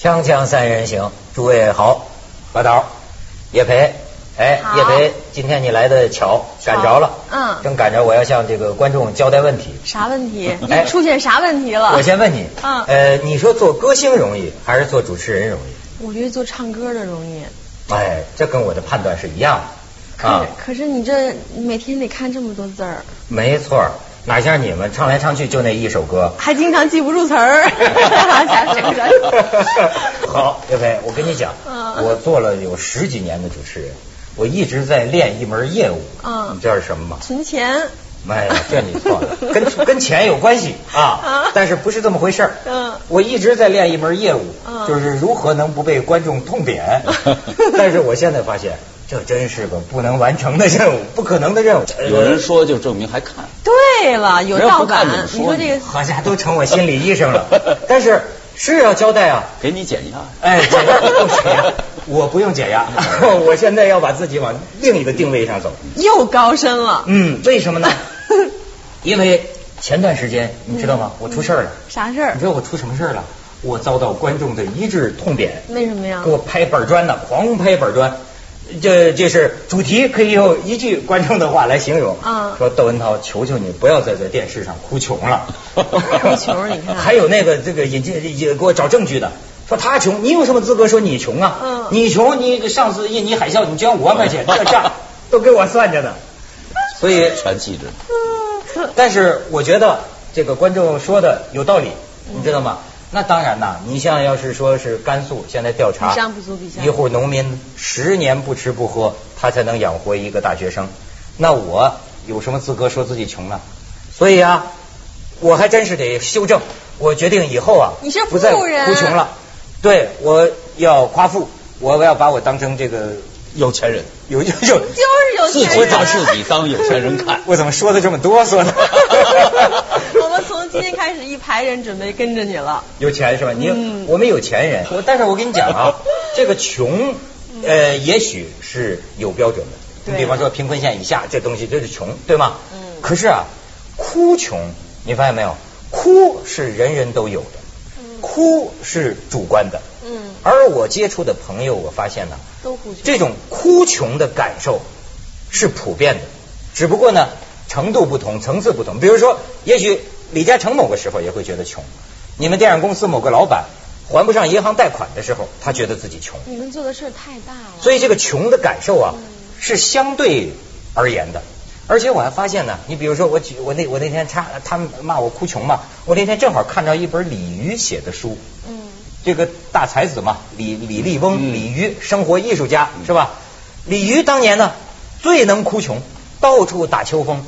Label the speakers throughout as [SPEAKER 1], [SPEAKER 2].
[SPEAKER 1] 锵锵三人行，诸位好，何导、叶培，哎，
[SPEAKER 2] 好
[SPEAKER 1] 叶培，今天你来的巧，
[SPEAKER 2] 巧
[SPEAKER 1] 赶着了，
[SPEAKER 2] 嗯
[SPEAKER 1] 正赶着我要向这个观众交代问题。
[SPEAKER 2] 啥问题？
[SPEAKER 1] 哎
[SPEAKER 2] 你出现啥问题了？
[SPEAKER 1] 我先问你，
[SPEAKER 2] 嗯
[SPEAKER 1] 呃，你说做歌星容易还是做主持人容易？
[SPEAKER 2] 我觉得做唱歌的容易，
[SPEAKER 1] 哎，这跟我的判断是一样的啊
[SPEAKER 2] 可、可是你这每天得看这么多字儿，
[SPEAKER 1] 没错儿，哪像你们唱来唱去就那一首 歌。
[SPEAKER 2] 还经常记不住词儿，瞎说的。
[SPEAKER 1] 好，叶飞，我跟你讲，
[SPEAKER 2] 嗯
[SPEAKER 1] 我做了有十几年的主持人，我一直在练一门业务。
[SPEAKER 2] 嗯
[SPEAKER 1] 你知道是什么吗？
[SPEAKER 2] 存钱。
[SPEAKER 1] 哎呀，这你错了，跟跟钱有关系啊
[SPEAKER 2] 啊，
[SPEAKER 1] 但是不是这么回事儿。
[SPEAKER 2] 嗯
[SPEAKER 1] 我一直在练一门业务，
[SPEAKER 2] 嗯。
[SPEAKER 1] 就是如何能不被观众痛扁但是我现在发现，这真是个不能完成的任务，不可能的任务。 哎
[SPEAKER 3] 有人说就证明还看，
[SPEAKER 2] 对了，有盗版
[SPEAKER 3] 人家不看
[SPEAKER 2] 你
[SPEAKER 3] 怎么，说
[SPEAKER 2] 说
[SPEAKER 3] 呢
[SPEAKER 2] 这个
[SPEAKER 1] 好家伙都成我心理医生了，但是是要交代啊。
[SPEAKER 3] 给你剪一下。
[SPEAKER 1] 哎，解压不用解压，我不用解压，我现在要把自己往另一个定位上走。
[SPEAKER 2] 又高深了。
[SPEAKER 1] 嗯，为什么 呢？因为前段时间你知道
[SPEAKER 2] 嗯
[SPEAKER 1] 吗？我出事儿了。
[SPEAKER 2] 啥事儿
[SPEAKER 1] 你知？道我出什么事儿了？我遭到观众的一致痛扁，
[SPEAKER 2] 为什么呀
[SPEAKER 1] 给？我拍板砖呢，狂拍板砖。这这是主题，可以用一句观众的话来形容。
[SPEAKER 2] 嗯
[SPEAKER 1] 说窦文涛，求求你不要再在电视上哭穷了。
[SPEAKER 3] 哭
[SPEAKER 2] 穷你 看
[SPEAKER 1] 还有那个这个引进也给我找证据的，说他穷，你有什么资格说你穷啊？
[SPEAKER 2] 嗯
[SPEAKER 1] 你穷，你上次印尼海啸你捐五万块钱，这账都给我算着呢。所以
[SPEAKER 3] 全记着。
[SPEAKER 1] 但是我觉得这个观众说的有道理，
[SPEAKER 2] 嗯
[SPEAKER 1] 你知道吗？那当然呐，你像要是说是甘肃现在调查，
[SPEAKER 2] 比上不足比下
[SPEAKER 1] 一户农民十年不吃不喝，他才能养活一个大学生，那我有什么资格说自己穷呢？所以啊，我还真是得修正，我决定以后啊，
[SPEAKER 2] 你是
[SPEAKER 1] 不再
[SPEAKER 2] 富人
[SPEAKER 1] 哭穷了，对，我要夸父，我要把我当成这个
[SPEAKER 3] 有钱人，
[SPEAKER 1] 有有有。
[SPEAKER 2] 就是有
[SPEAKER 3] 自
[SPEAKER 2] 钱
[SPEAKER 3] 己
[SPEAKER 2] 人。？
[SPEAKER 3] 把自己当有钱人看
[SPEAKER 1] 我怎么说的这么哆嗦 呢
[SPEAKER 2] 我们从今天开始，一排人准备跟着你了。
[SPEAKER 1] 有钱是吧？你、
[SPEAKER 2] 嗯
[SPEAKER 1] 我们有钱人，我但是我跟你讲 啊，这个穷，呃，也许是有标准的，
[SPEAKER 2] 对
[SPEAKER 1] 你比方说贫困线以下这东西这是穷，对吗？
[SPEAKER 2] 嗯
[SPEAKER 1] 可是啊，哭穷，你发现没有？哭是人人都有的，哭是主观的，
[SPEAKER 2] 嗯
[SPEAKER 1] 而我接触的朋友，我发现呢，
[SPEAKER 2] 都哭穷
[SPEAKER 1] 这种哭穷的感受是普遍的，只不过呢程度不同，层次不同。比如说，也许李嘉诚某个时候也会觉得穷，你们电影公司某个老板还不上银行贷款的时候，他觉得自己穷。
[SPEAKER 2] 你们做的事儿太大了。嗯
[SPEAKER 1] 所以这个穷的感受啊，是相对而言的。而且我还发现呢，你比如说我举我那我那天他他们骂我哭穷嘛，我那天正好看到一本李渔写的书，
[SPEAKER 2] 嗯。
[SPEAKER 1] 这个大才子嘛，李李立翁、
[SPEAKER 3] 嗯
[SPEAKER 1] 李渔，生活艺术家是吧？李渔当年呢，最能哭穷，到处打秋风。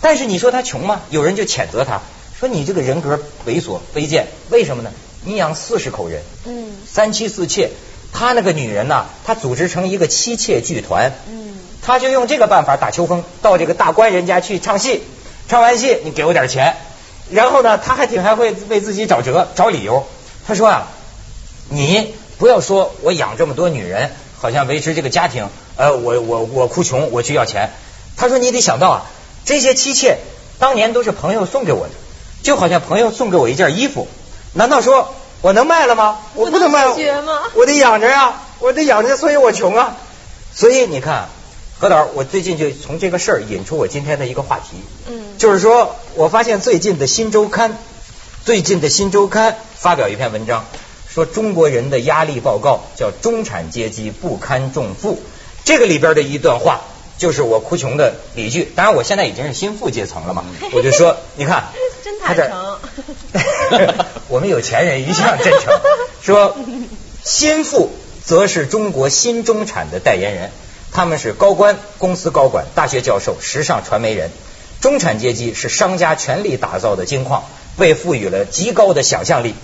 [SPEAKER 1] 但是你说他穷吗？有人就谴责他，说你这个人格猥琐卑贱，为什么呢？你养四十口人，
[SPEAKER 2] 嗯
[SPEAKER 1] 三妻四妾，他那个女人呐、她组织成一个妻妾剧团，
[SPEAKER 2] 嗯
[SPEAKER 1] 他就用这个办法打秋风，到这个大官人家去唱戏，唱完戏你给我点钱，然后呢，他还挺还会为自己找辙找理由。他说啊，你不要说我养这么多女人，好像维持这个家庭，呃，我我我哭穷，我去要钱。他说你得想到啊，这些妻妾当年都是朋友送给我的，就好像朋友送给我一件衣服，难道说我能卖了吗？我不能卖，
[SPEAKER 2] 不能拒绝吗
[SPEAKER 1] 我得养着呀、我得养着，所以我穷啊。所以你看，啊何导，我最近就从这个事儿引出我今天的一个话题，
[SPEAKER 2] 嗯
[SPEAKER 1] 就是说我发现最近的《新周刊》，最近的《新周刊》发表一篇文章，说中国人的压力报告叫“中产阶级不堪重负”，这个里边的一段话。就是我哭穷的理据，当然我现在已经是新富阶层了嘛，我就 说，你看，
[SPEAKER 2] 嗯真
[SPEAKER 1] 他
[SPEAKER 2] 坦
[SPEAKER 1] 这
[SPEAKER 2] 诚
[SPEAKER 1] 我们有钱人一向真诚， 说新富则是中国新中产的代言人，他们是高官、公司高管、大学教授、时尚传媒人。中产阶级是商家全力打造的金矿，被赋予了极高的想象力，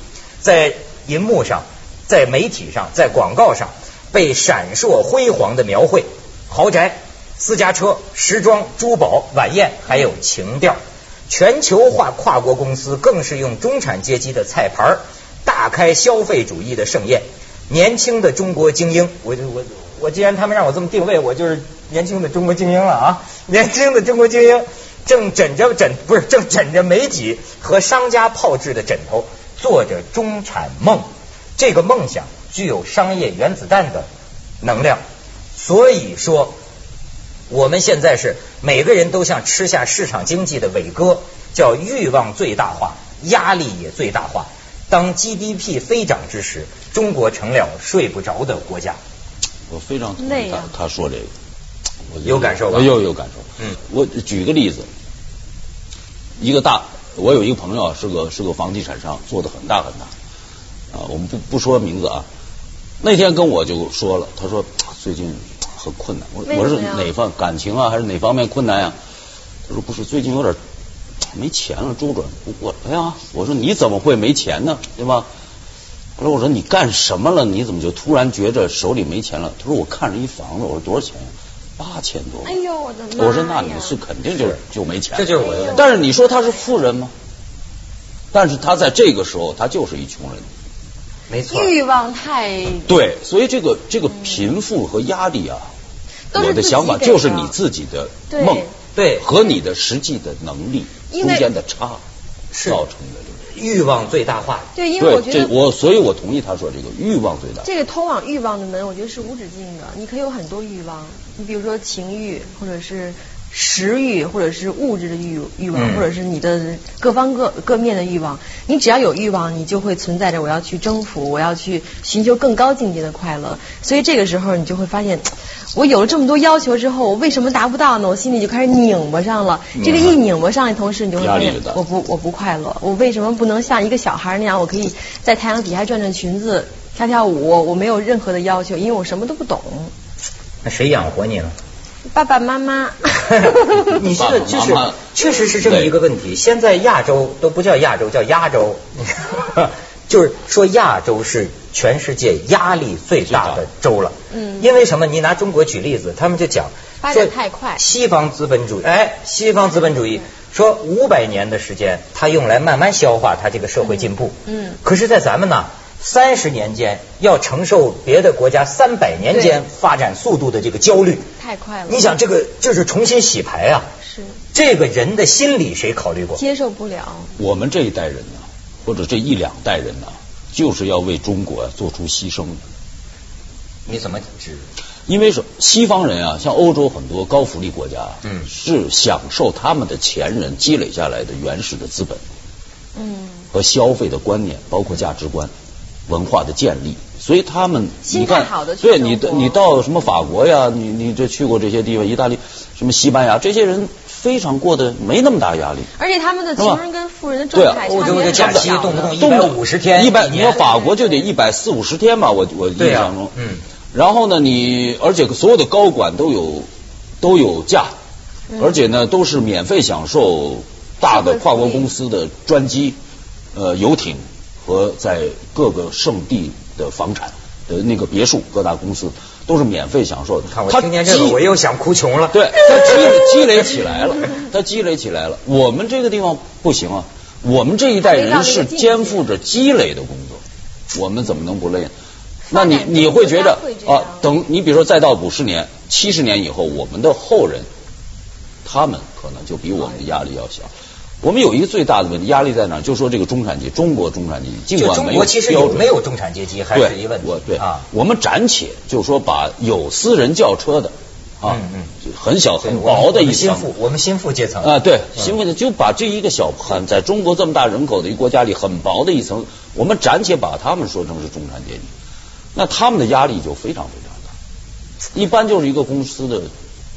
[SPEAKER 1] 在银幕上、在媒体上、在广告上被闪烁辉煌的描绘。豪宅、私家车、时装、珠宝、晚宴，还有情调。全球化跨国公司更是用中产阶级的菜盘儿大开消费主义的盛宴。年轻的中国精英，我就我我既然他们让我这么定位，我就是年轻的中国精英了啊！年轻的中国精英正枕着枕不是正枕着媒体和商家炮制的枕头，做着中产梦。这个梦想具有商业原子弹的能量。所以说，我们现在是每个人都像吃下市场经济的伟哥，叫欲望最大化，压力也最大化。当 GDP 飞涨之时，中国成了睡不着的国家。
[SPEAKER 3] 我非常同
[SPEAKER 2] 累
[SPEAKER 3] 意他
[SPEAKER 2] 啊
[SPEAKER 3] 他说这个，我觉得
[SPEAKER 1] 有感受吧
[SPEAKER 3] 我有有感受。
[SPEAKER 1] 嗯，
[SPEAKER 3] 我举个例子，一个大，我有一个朋友啊，是个是个房地产商，做的很大很大啊，我们不不说名字啊。那天跟我就说了，他说最近很困难，我
[SPEAKER 2] 为什么
[SPEAKER 3] 我是
[SPEAKER 2] 呀
[SPEAKER 3] 哪方感情啊，还是哪方面困难呀、他说不是，最近有点没钱了，周转不过来呀。我说你怎么会没钱呢？对吧？后来我说你干什么了？你怎么就突然觉着手里没钱了？他说我看着一房子，我说多少钱呀？八千多。
[SPEAKER 2] 哎呦我的妈呀
[SPEAKER 3] 我说那你是肯定就就没钱。
[SPEAKER 1] 这就是我的问题。
[SPEAKER 3] 但是你说他是富人吗？但是他在这个时候，他就是一穷人。
[SPEAKER 1] 没错，
[SPEAKER 2] 欲望太
[SPEAKER 3] 对，所以这个这个贫富和压力啊，
[SPEAKER 2] 都是
[SPEAKER 3] 我的
[SPEAKER 2] 自己
[SPEAKER 3] 想法
[SPEAKER 2] 给
[SPEAKER 3] 就是
[SPEAKER 2] 的
[SPEAKER 3] 你自己的
[SPEAKER 2] 对
[SPEAKER 3] 梦，
[SPEAKER 1] 对
[SPEAKER 3] 和你的实际的能力
[SPEAKER 2] 因
[SPEAKER 3] 中
[SPEAKER 2] 为
[SPEAKER 3] 间的差
[SPEAKER 1] 是
[SPEAKER 3] 造成的这个。
[SPEAKER 1] 欲望最大化。
[SPEAKER 2] 对，因为我觉
[SPEAKER 3] 这
[SPEAKER 2] 得
[SPEAKER 3] 我所以，我同意他说这个欲望最大。
[SPEAKER 2] 这个通往欲望的门，我觉得是无止境的。你可以有很多欲望，你比如说情欲，或者是食欲，或者是物质的欲欲望，
[SPEAKER 1] 嗯
[SPEAKER 2] 或者是你的各方各各面的欲望。你只要有欲望，你就会存在着我要去征服，我要去寻求更高境界的快乐。所以这个时候，你就会发现，我有了这么多要求之后，我为什么达不到呢？我心里就开始拧巴上了。这个一拧巴上来，同时你就会发
[SPEAKER 3] 压
[SPEAKER 2] 现
[SPEAKER 3] 力就大
[SPEAKER 2] 我不我不快乐，我为什么不能像一个小孩那样，我可以在太阳底下转转裙子、跳跳舞？我没有任何的要求，因为我什么都不懂。
[SPEAKER 1] 那谁养活 你呢？，
[SPEAKER 2] 爸爸妈 妈
[SPEAKER 1] 你这个就是
[SPEAKER 3] 爸爸妈妈
[SPEAKER 1] 确实是这么一个问题。现在亚洲都不叫亚洲，叫压 洲，就是说亚洲是全世界压力最大的洲了。
[SPEAKER 2] 嗯
[SPEAKER 1] 因为什么？你拿中国举例子，他们就讲
[SPEAKER 2] 发
[SPEAKER 1] 说
[SPEAKER 2] 展太快嗯
[SPEAKER 1] 西方资本主义，哎，西方资本主义说五百年的时间，它用来慢慢消化它这个社会进步。
[SPEAKER 2] 嗯嗯
[SPEAKER 1] 可是，在咱们呢，三十年间要承受别的国家三百年间
[SPEAKER 2] 对
[SPEAKER 1] 发展速度的这个焦虑。
[SPEAKER 2] 太快了，
[SPEAKER 1] 你想这个就是重新洗牌啊，
[SPEAKER 2] 是
[SPEAKER 1] 这个人的心理谁考虑过？
[SPEAKER 2] 接受不了。
[SPEAKER 3] 我们这一代人呢、或者这一两代人呢、就是要为中国做出牺牲的。
[SPEAKER 1] 你怎么指？
[SPEAKER 3] 因为是西方人啊，像欧洲很多高福利国家，
[SPEAKER 1] 嗯
[SPEAKER 3] 是享受他们的前人积累下来的原始的资本
[SPEAKER 2] 嗯，
[SPEAKER 3] 和消费的观念，包括价值观、文化的建立。所以他们，你
[SPEAKER 2] 心态
[SPEAKER 3] 看
[SPEAKER 2] 好的，去
[SPEAKER 3] 对
[SPEAKER 2] 生
[SPEAKER 3] 你
[SPEAKER 2] 活，
[SPEAKER 3] 你到什么法国呀，你你这去过这些地方，意大利、什么西班牙，这些人非常过得没那么大压力。
[SPEAKER 2] 而且他们的穷人跟富人的
[SPEAKER 3] 对
[SPEAKER 2] 状
[SPEAKER 3] 啊
[SPEAKER 2] 态
[SPEAKER 1] 欧
[SPEAKER 2] 差
[SPEAKER 1] 洲
[SPEAKER 2] 别
[SPEAKER 1] 的
[SPEAKER 2] 很
[SPEAKER 1] 假期
[SPEAKER 2] 小的
[SPEAKER 1] 动不动一
[SPEAKER 3] 动不动
[SPEAKER 1] 150天
[SPEAKER 3] 一百，
[SPEAKER 1] 一
[SPEAKER 3] 你
[SPEAKER 1] 年
[SPEAKER 3] 说法国就得一百四五十天吧，我我
[SPEAKER 1] 对
[SPEAKER 3] 印
[SPEAKER 1] 啊
[SPEAKER 3] 象中，
[SPEAKER 1] 嗯
[SPEAKER 3] 然后呢，你而且所有的高管都有都有假，
[SPEAKER 2] 嗯
[SPEAKER 3] 而且呢都是免费享受大的跨国公司的专机、呃游艇和在各个圣地的房产的那个别墅，各大公司都是免费享受的。
[SPEAKER 1] 看我
[SPEAKER 3] 它
[SPEAKER 1] 听见这个，
[SPEAKER 3] 基
[SPEAKER 1] 我又想哭穷了。
[SPEAKER 3] 对，它积积累起来了，它积累起来了。我们这个地方不行啊，我们这一代人是肩负着积累的工作，我们怎么能不累呢？那你你会觉着
[SPEAKER 2] 发展中国家会这样
[SPEAKER 3] 啊，等你比如说再到五十年、七十年以后，我们的后人，他们可能就比我们的压力要小。我们有一个最大的问题，压力在哪儿？就说这个中产阶级，中国中产阶级，尽
[SPEAKER 1] 就
[SPEAKER 3] 管
[SPEAKER 1] 中
[SPEAKER 3] 没
[SPEAKER 1] 国其实
[SPEAKER 3] 标
[SPEAKER 1] 有
[SPEAKER 3] 准
[SPEAKER 1] 没有中产阶级还
[SPEAKER 3] 对，
[SPEAKER 1] 是一问题
[SPEAKER 3] 我对
[SPEAKER 1] 啊。
[SPEAKER 3] 我们暂且就说把有私人轿车的啊，
[SPEAKER 1] 嗯嗯
[SPEAKER 3] 就很小
[SPEAKER 1] 对
[SPEAKER 3] 很
[SPEAKER 1] 我们
[SPEAKER 3] 薄的
[SPEAKER 1] 我
[SPEAKER 3] 一
[SPEAKER 1] 们心
[SPEAKER 3] 层
[SPEAKER 1] 腹，我们心腹阶层
[SPEAKER 3] 啊，对，
[SPEAKER 1] 嗯
[SPEAKER 3] 新闻的就把这一个小很在中国这么大人口的一个国家里很薄的一层，我们暂且把他们说成是中产阶级，那他们的压力就非常非常大，一般就是一个公司的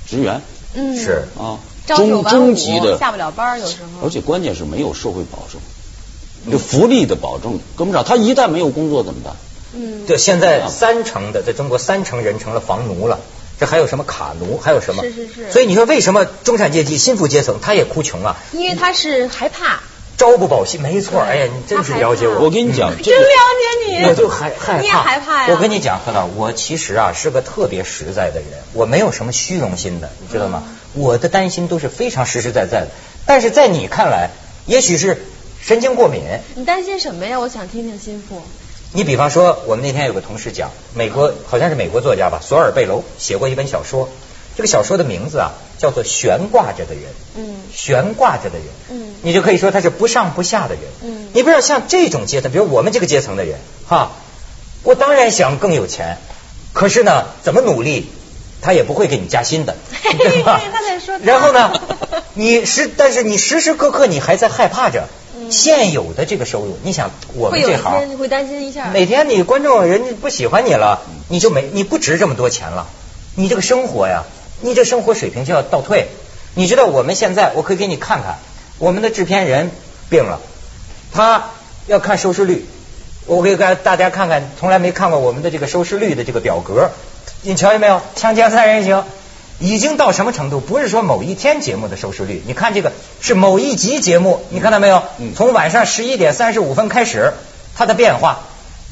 [SPEAKER 3] 职员
[SPEAKER 2] 嗯
[SPEAKER 1] 是
[SPEAKER 3] 啊，
[SPEAKER 2] 朝九
[SPEAKER 3] 中
[SPEAKER 2] 晚五
[SPEAKER 3] 中级的呃
[SPEAKER 2] 下不了班儿有时候
[SPEAKER 3] 而且关键是没有社会保障，就福利的保证跟不上，他一旦没有工作怎么办？
[SPEAKER 2] 嗯
[SPEAKER 1] 对，现在三成的在中国三成人成了房奴了，这还有什么卡奴，还有什么？
[SPEAKER 2] 是是是
[SPEAKER 1] 所以你说为什么中产阶级、心腹阶层他也哭穷啊？
[SPEAKER 2] 因为他是害怕，
[SPEAKER 1] 朝不保夕，没错。哎呀，你真是了解
[SPEAKER 2] 他害
[SPEAKER 1] 我。
[SPEAKER 2] 怕
[SPEAKER 3] 我跟你讲
[SPEAKER 1] 嗯，
[SPEAKER 3] 这
[SPEAKER 2] 真了
[SPEAKER 3] 个
[SPEAKER 2] 解你，
[SPEAKER 1] 我就害害怕，
[SPEAKER 2] 你也害怕呀？
[SPEAKER 1] 我跟你讲，何导，我其实啊是个特别实在的人，我没有什么虚荣心的，你知道吗？
[SPEAKER 2] 嗯
[SPEAKER 1] 我的担心都是非常实实在在的，但是在你看来，也许是神经过敏。
[SPEAKER 2] 你担心什么呀？我想听听心腹。
[SPEAKER 1] 你比方说，我们那天有个同事讲，美国好像是美国作家吧，索尔贝楼写过一本小说，这个小说的名字啊叫做《悬挂着的人》。
[SPEAKER 2] 嗯
[SPEAKER 1] 悬挂着的人，
[SPEAKER 2] 嗯
[SPEAKER 1] 你就可以说他是不上不下的人，
[SPEAKER 2] 嗯
[SPEAKER 1] 你不知道像这种阶层，比如我们这个阶层的人，哈，我当然想更有钱，可是呢，怎么努力，他也不会给你加薪的， 对吧？
[SPEAKER 4] 他在说他
[SPEAKER 1] 然后呢， 你时但是你时时刻刻你还在害怕着
[SPEAKER 4] 嗯
[SPEAKER 1] 现有的这个收入，你想我
[SPEAKER 4] 会
[SPEAKER 1] 们
[SPEAKER 4] 有一
[SPEAKER 1] 这行
[SPEAKER 4] 天会担心一下，
[SPEAKER 1] 每天你观众人家不喜欢你了，你就没你不值这么多钱了，你这个生活呀，你这生活水平就要倒退。你知道我们现在，我可以给你看看，我们的制片人病了，他要看收视率，我给大家看看，从来没看过我们的这个收视率的这个表格，你瞧见没有？《锵锵三人行》已经到什么程度？不是说某一天节目的收视率，你看这个是某一集节目，你看到没有？
[SPEAKER 3] 嗯
[SPEAKER 1] 从晚上十一点三十五分开始，它的变化，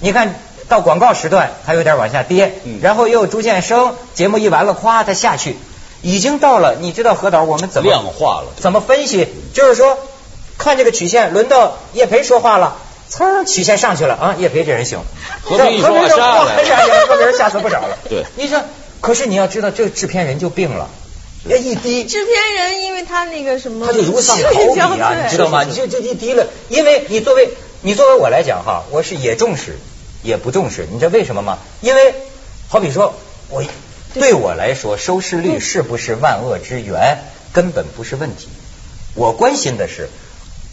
[SPEAKER 1] 你看到广告时段它有点往下跌，
[SPEAKER 3] 嗯
[SPEAKER 1] 然后又逐渐升，节目一完了，咵它下去，已经到了。你知道何导我们怎么
[SPEAKER 3] 量化了
[SPEAKER 1] 怎么分析？就是说，看这个曲线，轮到叶培说话了，呲儿曲线上去了啊，叶培这人行。
[SPEAKER 3] 何冰一说话
[SPEAKER 1] 这
[SPEAKER 3] 下来了
[SPEAKER 1] 下去了，何冰 下去不少了。
[SPEAKER 3] 对
[SPEAKER 1] 你说，可是你要知道，这个制片人就病了，这一滴。
[SPEAKER 4] 制片人因为他那个什么，
[SPEAKER 1] 他就如丧 考
[SPEAKER 4] 是
[SPEAKER 1] 妣
[SPEAKER 4] 这样
[SPEAKER 1] 啊，
[SPEAKER 4] 对
[SPEAKER 1] 你知道吗？你这这一滴了，因为你作为你作为我来讲哈，我是也重视也不重视，你知道为什么吗？因为好比说我对我来说，收视
[SPEAKER 4] 嗯
[SPEAKER 1] 率是不是万恶之源根本不是问题，我关心的是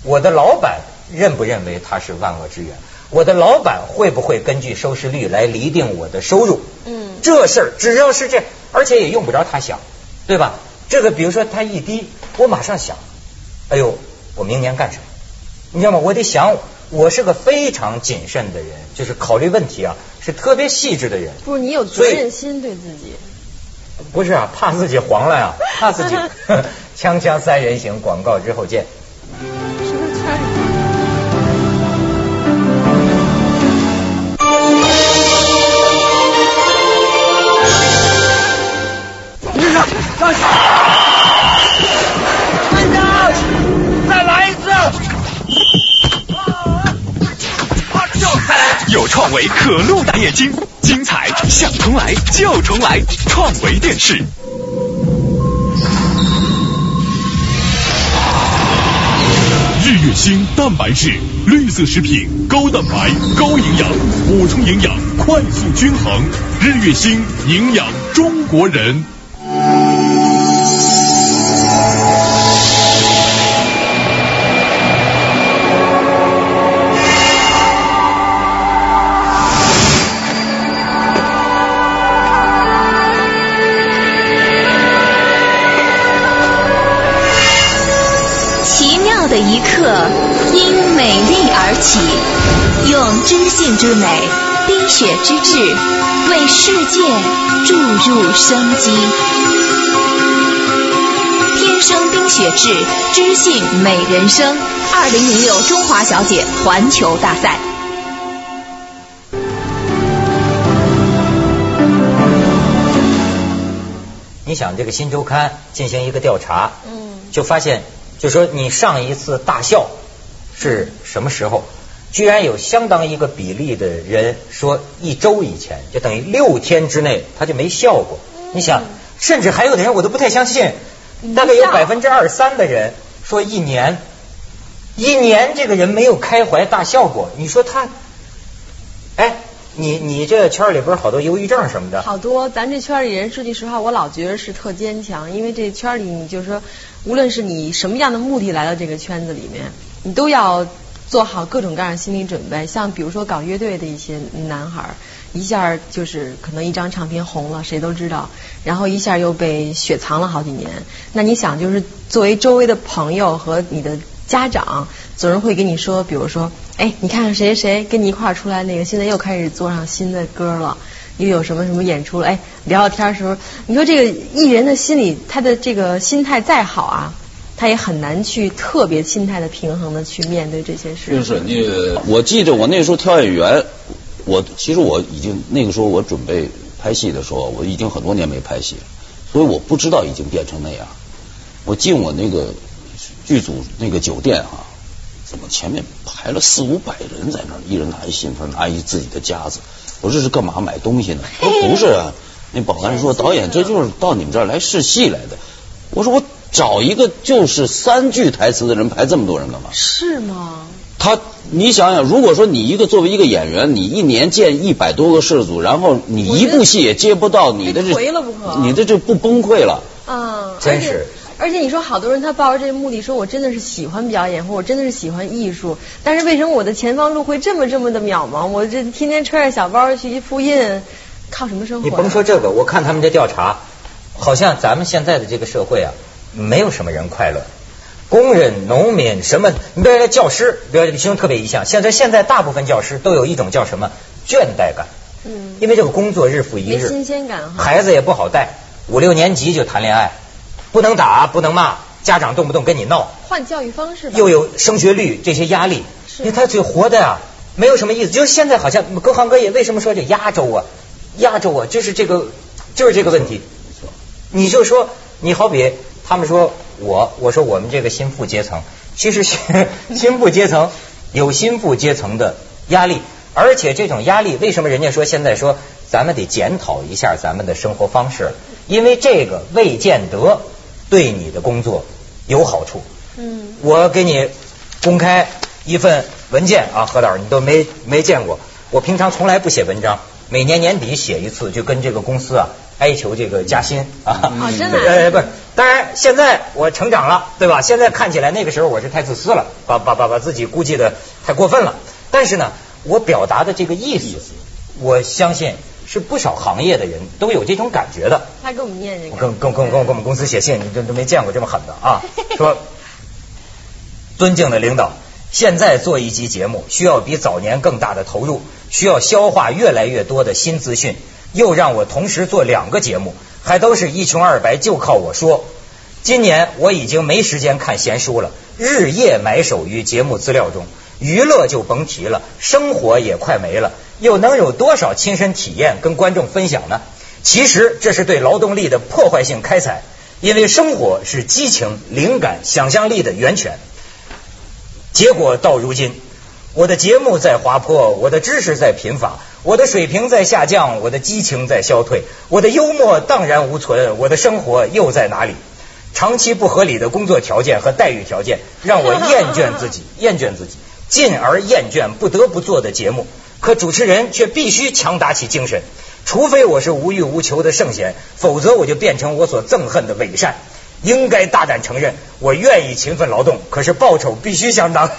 [SPEAKER 1] 我的老板认不认为它是万恶之源。我的老板会不会根据收视率来厘定我的收入？
[SPEAKER 4] 嗯
[SPEAKER 1] 这事儿只要是这，而且也用不着他想，对吧？这个比如说他一低，我马上想，哎呦，我明年干什么？你知道吗？我得想，我是个非常谨慎的人，就是考虑问题啊，是特别细致的人。
[SPEAKER 4] 不是你有责
[SPEAKER 1] 所以
[SPEAKER 4] 任心对自己，
[SPEAKER 1] 不是啊，怕自己黄了呀、怕自己。 锵锵三人行，广告之后见。
[SPEAKER 4] 是不是圈里？
[SPEAKER 5] 有创维可露大眼睛，精彩想重来就重来，创维电视。日月星蛋白质，绿色食品，高蛋白、高营养，补充营养，快速均衡。日月星营养中国人。
[SPEAKER 6] 奇妙的一刻因美丽而起，用知性之美、冰雪之智，为世界注入生机。天生冰雪智，知性美人生。二零零六中华小姐环球大赛。
[SPEAKER 1] 你想这个《新周刊》进行一个调查，
[SPEAKER 4] 嗯
[SPEAKER 1] 就发现，就说你上一次大笑是什么时候？居然有相当一个比例的人说一周以前，就等于六天之内他就没笑过。
[SPEAKER 4] 嗯
[SPEAKER 1] 你想，甚至还有的人我都不太相信，大概有百分之二三的人说一年，一年这个人没有开怀大笑过。你说他，哎，你你这圈里边好多忧郁症什么的，
[SPEAKER 2] 好多，咱这圈里人，说句实话，我老觉得是特坚强，因为这圈里你就是说，无论是你什么样的目的来到这个圈子里面，你都要做好各种各样的心理准备。像比如说搞乐队的一些男孩儿，一下就是可能一张唱片红了，谁都知道，然后一下又被雪藏了好几年。那你想，就是作为周围的朋友和你的家长总是会跟你说，比如说，哎，你看看谁谁谁跟你一块儿出来那个，现在又开始做上新的歌了，又有什么什么演出了，哎，聊聊天儿的时候，你说这个艺人的心理，他的这个心态再好啊，他也很难去特别心态的平衡的去面对这些事。
[SPEAKER 3] 就是那个，我记着我那时候挑演员，我其实我已经那个时候我准备拍戏的时候，我已经很多年没拍戏了，所以我不知道已经变成那样。我进我那个剧组那个酒店啊，怎么前面排了四五百人在那儿，一人拿一信封，拿一自己的夹子，我这是干嘛买东西呢？他说不是啊，那保安说导演这就是到你们这儿来试戏来的。我说我找一个就是三句台词的人排这么多人干嘛？
[SPEAKER 2] 是吗？
[SPEAKER 3] 他，你想想，如果说你一个作为一个演员，你一年见一百多个剧组，然后你一部戏也接不到，你的
[SPEAKER 4] 被锤哎了不
[SPEAKER 3] 这
[SPEAKER 4] 可
[SPEAKER 3] 你的这不崩溃 了？
[SPEAKER 4] 啊，
[SPEAKER 1] 真
[SPEAKER 4] 而且
[SPEAKER 1] 是。
[SPEAKER 4] 而且你说好多人他抱着这个目的说，我真的是喜欢表演，或我真的是喜欢艺术，但是为什么我的前方路会这么这么的渺茫？我这天天揣着小包去复印，靠什么生活、啊
[SPEAKER 1] 你甭说，这个，我看他们这调查，好像咱们现在的这个社会啊，没有什么人快乐。工人、农民什么，你比如说教师，比如说形容特别一项。现在现在大部分教师都有一种叫什么倦怠感，
[SPEAKER 4] 嗯，
[SPEAKER 1] 因为这个工作日复一
[SPEAKER 4] 没
[SPEAKER 1] 日，
[SPEAKER 4] 新鲜感哈。
[SPEAKER 1] 孩子也不好带，五六年级就谈恋爱，不能打，不能骂，家长动不动跟你闹，
[SPEAKER 4] 换教育方式吧。
[SPEAKER 1] 又有升学率这些压力，
[SPEAKER 4] 是
[SPEAKER 1] 因为他就活的啊，没有什么意思。就是现在好像各行各业为什么说这压轴啊，压轴啊，就是这个就是这个问题。你就说你好比他们说我，我说我们这个心腹阶层，其实是 心腹阶层有心腹阶层的压力，而且这种压力为什么人家说现在说咱们得检讨一下咱们的生活方式，因为这个未见得对你的工作有好处。
[SPEAKER 4] 嗯，
[SPEAKER 1] 我给你公开一份文件啊，何导，你都没没见过。我平常从来不写文章，每年年底写一次，就跟这个公司啊哀求这个加薪啊。
[SPEAKER 4] 哦真的啊
[SPEAKER 1] 呃，不是，当然现在我成长了，对吧？现在看起来那个时候我是太自私了，把把把把自己估计的太过分了。但是呢，我表达的这个意思，我相信是不少行业的人都有这种感觉的。
[SPEAKER 4] 他给我们念念
[SPEAKER 1] 我
[SPEAKER 4] 看。
[SPEAKER 1] 跟跟跟跟跟我们公司写信，你都都没见过这么狠的啊！说，尊敬的领导，现在做一集节目需要比早年更大的投入，需要消化越来越多的新资讯，又让我同时做两个节目，还都是一穷二白，就靠我说。今年我已经没时间看闲书了，日夜埋首于节目资料中，娱乐就甭提了，生活也快没了，又能有多少亲身体验跟观众分享呢？其实这是对劳动力的破坏性开采，因为生活是激情、灵感、想象力的源泉。结果到如今，我的节目在滑坡，我的知识在贫乏，我的水平在下降，我的激情在消退，我的幽默荡然无存，我的生活又在哪里？长期不合理的工作条件和待遇条件，让我厌倦自己，厌倦自己，进而厌倦不得不做的节目。可主持人却必须强打起精神，除非我是无欲无求的圣贤，否则我就变成我所憎恨的伪善。应该大胆承认，我愿意勤奋劳动，可是报酬必须相当。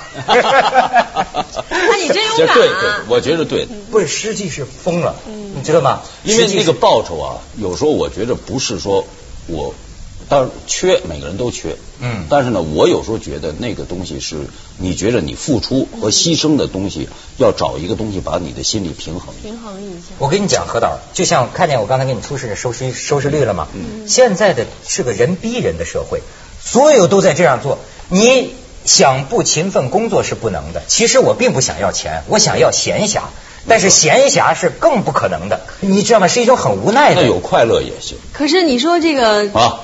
[SPEAKER 4] 那你真
[SPEAKER 3] 这
[SPEAKER 4] 勇敢
[SPEAKER 3] 对对
[SPEAKER 4] 啊，！
[SPEAKER 3] 我觉得对，
[SPEAKER 1] 不是，实际是疯了，你知道吗？
[SPEAKER 3] 因为
[SPEAKER 1] 实际
[SPEAKER 3] 那
[SPEAKER 1] 是
[SPEAKER 3] 个报酬啊，有时候我觉得不是说我，当然缺，每个人都缺，
[SPEAKER 1] 嗯
[SPEAKER 3] 但是呢，我有时候觉得那个东西是你觉得你付出和牺牲的东西，要找一个东西把你的心理平 衡。
[SPEAKER 4] 平衡一下。
[SPEAKER 1] 我跟你讲，何导，就像看见我刚才给你出示的收视收视率了吗？
[SPEAKER 3] 嗯
[SPEAKER 1] 现在的是个人逼人的社会，所有都在这样做。你想不勤奋工作是不能的。其实我并不想要钱，我想要闲暇，
[SPEAKER 3] 嗯
[SPEAKER 1] 但是闲暇是更不可能的，你知道吗？是一种很无奈
[SPEAKER 3] 那
[SPEAKER 1] 的。
[SPEAKER 3] 有快乐也行
[SPEAKER 2] 可是你说这个
[SPEAKER 3] 啊。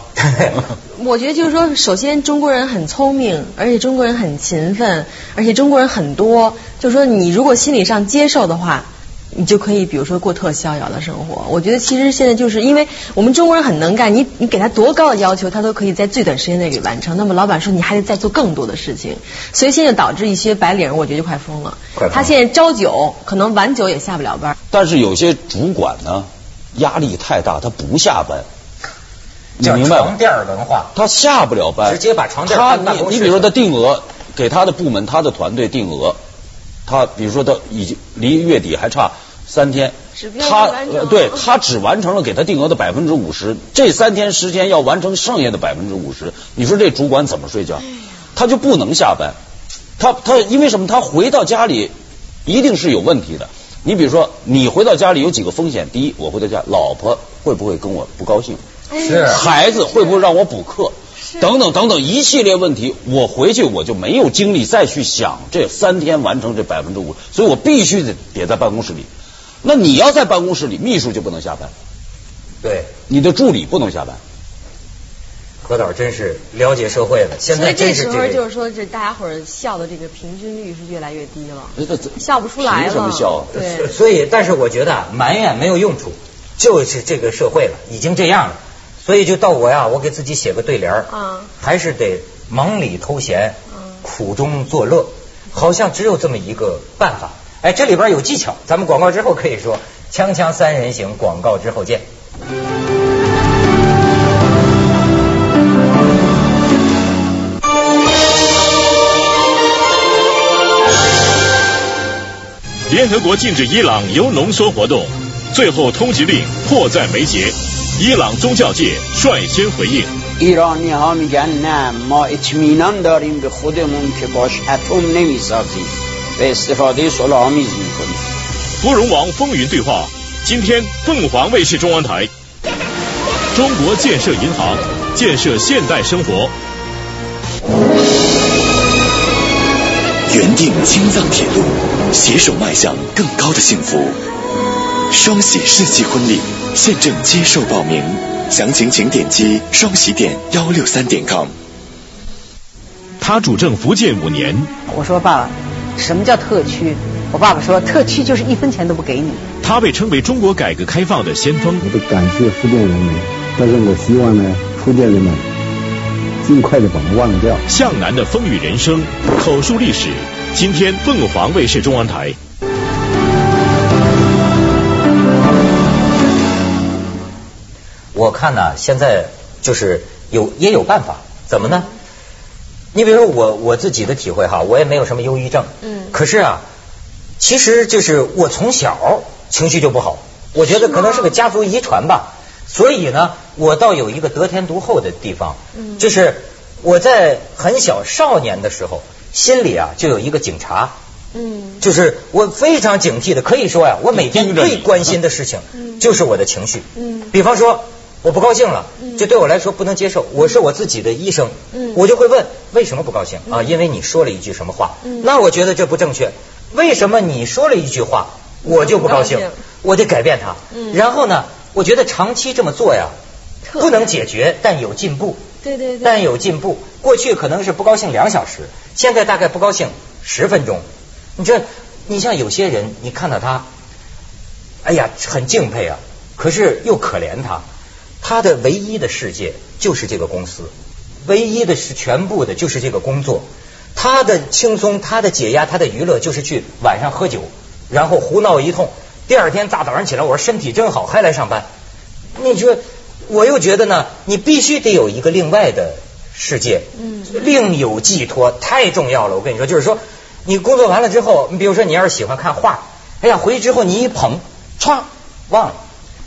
[SPEAKER 2] 我觉得就是说，首先中国人很聪明，而且中国人很勤奋，而且中国人很多。就是说，你如果心理上接受的话，你就可以，比如说过特逍遥的生活。我觉得其实现在就是因为我们中国人很能干，你你给他多高的要求，他都可以在最短时间内给完成。那么老板说你还得再做更多的事情，所以现在导致一些白领，我觉得就快疯了。
[SPEAKER 1] 快疯了呃
[SPEAKER 2] 他现在朝九，可能晚九也下不了班。
[SPEAKER 3] 但是有些主管呢，压力太大，他不下班，你
[SPEAKER 1] 叫
[SPEAKER 3] 明白吗
[SPEAKER 1] 床？垫儿文化。
[SPEAKER 3] 他下不了班，
[SPEAKER 1] 直接把床垫
[SPEAKER 3] 他
[SPEAKER 1] 搬办
[SPEAKER 3] 你
[SPEAKER 1] 公室
[SPEAKER 3] 你比如说他定额给他的部门、他的团队定额，他比如说他已经离月底还差三天
[SPEAKER 4] 指，标
[SPEAKER 3] 他
[SPEAKER 4] 没完成
[SPEAKER 3] 呃对他只完成了给他定额的百分之五十，这三天时间要完成剩下的百分之五十，你说这主管怎么睡
[SPEAKER 4] 哎
[SPEAKER 3] 觉？他就不能下班，他他因为什么？他回到家里一定是有问题的。你比如说，你回到家里有几个风险？第一，我回到家，老婆会不会跟我不高兴？
[SPEAKER 1] 是
[SPEAKER 3] 孩子会不会让我补课，等等等等一系列问题，我回去我就没有精力再去想这三天完成这百分之五，所以我必须得得在办公室里。那你要在办公室里，秘书就不能下班，
[SPEAKER 1] 对，
[SPEAKER 3] 你的助理不能下班。
[SPEAKER 1] 何导真是了解社会了。现
[SPEAKER 4] 所
[SPEAKER 1] 在
[SPEAKER 4] 以这
[SPEAKER 1] 真是
[SPEAKER 4] 时
[SPEAKER 1] 这
[SPEAKER 4] 候
[SPEAKER 1] 个
[SPEAKER 4] 就是说，这大家伙儿笑的这个平均率是越来越低了，
[SPEAKER 3] 这这
[SPEAKER 4] 笑不出来了。
[SPEAKER 3] 凭什么笑啊？
[SPEAKER 4] 对，
[SPEAKER 1] 所以，但是我觉得啊，埋怨没有用处，就是这个社会了，已经这样了，所以就到我呀，我给自己写个对联儿，
[SPEAKER 4] 啊
[SPEAKER 1] 还是得忙里偷闲，苦中作乐。好像只有这么一个办法。哎，这里边有技巧，咱们广告之后可以说。锵锵三人行，广告之后见。
[SPEAKER 5] 联合国禁止伊朗铀浓缩活动，最后通缉令迫在眉睫。伊朗宗教界率先回应。
[SPEAKER 7] ایرانی ها میگن نه ما اطمینان داریم به خودمون که باش اتم نمیسازیم و استفاده صلح آمیز میکنیم
[SPEAKER 5] 芙蓉王风云对话，今天凤凰卫视中央台。中国建设银行建设现代生活。
[SPEAKER 8] 原定青藏铁路，携手迈向更高的幸福。双喜世纪婚礼现正接受报名，详情请点击双喜点幺六三点 com。
[SPEAKER 5] 他主政福建五年，
[SPEAKER 9] 我说爸爸，什么叫特区？我爸爸说，特区就是一分钱都不给你。
[SPEAKER 5] 他被称为中国改革开放的先锋。
[SPEAKER 10] 我感谢福建人民，但是我希望呢，福建人们。尽快的把它忘掉。
[SPEAKER 5] 向南的风雨人生，口述历史。今天凤凰卫视中央台。
[SPEAKER 1] 我看呐、现在就是有也有办法，怎么呢？你比如说我我自己的体会哈，我也没有什么忧郁症，
[SPEAKER 4] 嗯
[SPEAKER 1] 可是啊，其实就是我从小情绪就不好，我觉得可能是个家族遗传吧，所以呢，我倒有一个得天独厚的地方，
[SPEAKER 4] 嗯
[SPEAKER 1] 就是我在很小少年的时候，心里啊就有一个警察，
[SPEAKER 4] 嗯
[SPEAKER 1] 就是我非常警惕的，可以说呀，我每天
[SPEAKER 3] 盯着你
[SPEAKER 1] 最关心的事情
[SPEAKER 4] 嗯
[SPEAKER 1] 就是我的情绪。
[SPEAKER 4] 嗯
[SPEAKER 1] 比方说，我不高兴了，
[SPEAKER 4] 嗯
[SPEAKER 1] 这对我来说不能接受，我是我自己的医生，
[SPEAKER 4] 嗯
[SPEAKER 1] 我就会问为什么不高兴啊？因为你说了一句什么话，
[SPEAKER 4] 嗯
[SPEAKER 1] 那我觉得这不正确，为什么你说了一句话我就不高兴
[SPEAKER 4] 不高兴，
[SPEAKER 1] 我得改变它。
[SPEAKER 4] 嗯
[SPEAKER 1] 然后呢，我觉得长期这么做呀，
[SPEAKER 4] 特别
[SPEAKER 1] 不能解决，但有进步。
[SPEAKER 4] 对对对，
[SPEAKER 1] 但有进步。过去可能是不高兴两小时，现在大概不高兴十分钟。你这，你像有些人，你看到他，哎呀，很敬佩啊，可是又可怜他。他的唯一的世界就是这个公司，唯一的是全部的就是这个工作。他的轻松，他的解压，他的娱乐就是去晚上喝酒，然后胡闹一通。第二天大早上起来，我说身体真好，还来上班。你说，我又觉得呢，你必须得有一个另外的世界，
[SPEAKER 4] 嗯
[SPEAKER 1] 另有寄托，太重要了。我跟你说，就是说，你工作完了之后，你比如说你要是喜欢看画，哎呀，回去之后你一捧，歘，忘了，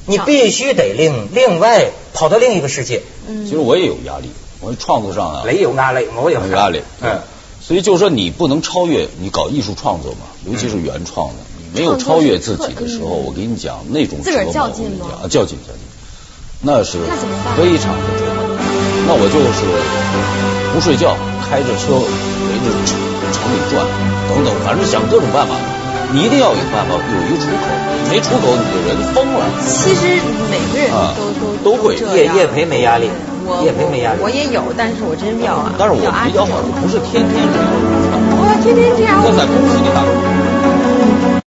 [SPEAKER 1] 你必须得另另外跑到另一个世界。
[SPEAKER 3] 其实我也有压力，我创作上啊，
[SPEAKER 1] 雷有压力，我有
[SPEAKER 3] 有压力。
[SPEAKER 1] 嗯，
[SPEAKER 3] 所以就是说你不能超越，你搞艺术创作嘛，尤其是原创的，你没有超越自己的时候，
[SPEAKER 4] 嗯
[SPEAKER 3] 我跟你讲那种
[SPEAKER 4] 自个儿
[SPEAKER 3] 折磨
[SPEAKER 4] 较
[SPEAKER 3] 我跟
[SPEAKER 4] 劲
[SPEAKER 3] 你
[SPEAKER 4] 吗
[SPEAKER 3] 讲啊，较劲较劲，那是
[SPEAKER 4] 那怎么办
[SPEAKER 3] 非常的折磨。那我就是不睡觉，开着车围着城城里转，等等，反正想各种办法。你一定要有办法，有一个出口，没出口你这人疯了。
[SPEAKER 4] 其实每个人
[SPEAKER 3] 啊
[SPEAKER 4] 都
[SPEAKER 3] 都会
[SPEAKER 4] 这样
[SPEAKER 1] 叶叶培没压力
[SPEAKER 4] 我，
[SPEAKER 1] 叶培没压力
[SPEAKER 4] 我。也有，但是我真比较，啊
[SPEAKER 3] 但是我
[SPEAKER 4] 安
[SPEAKER 3] 比较好，
[SPEAKER 4] 静
[SPEAKER 3] 不是天天这样。
[SPEAKER 4] 我天天这样，
[SPEAKER 3] 那在公司里打工。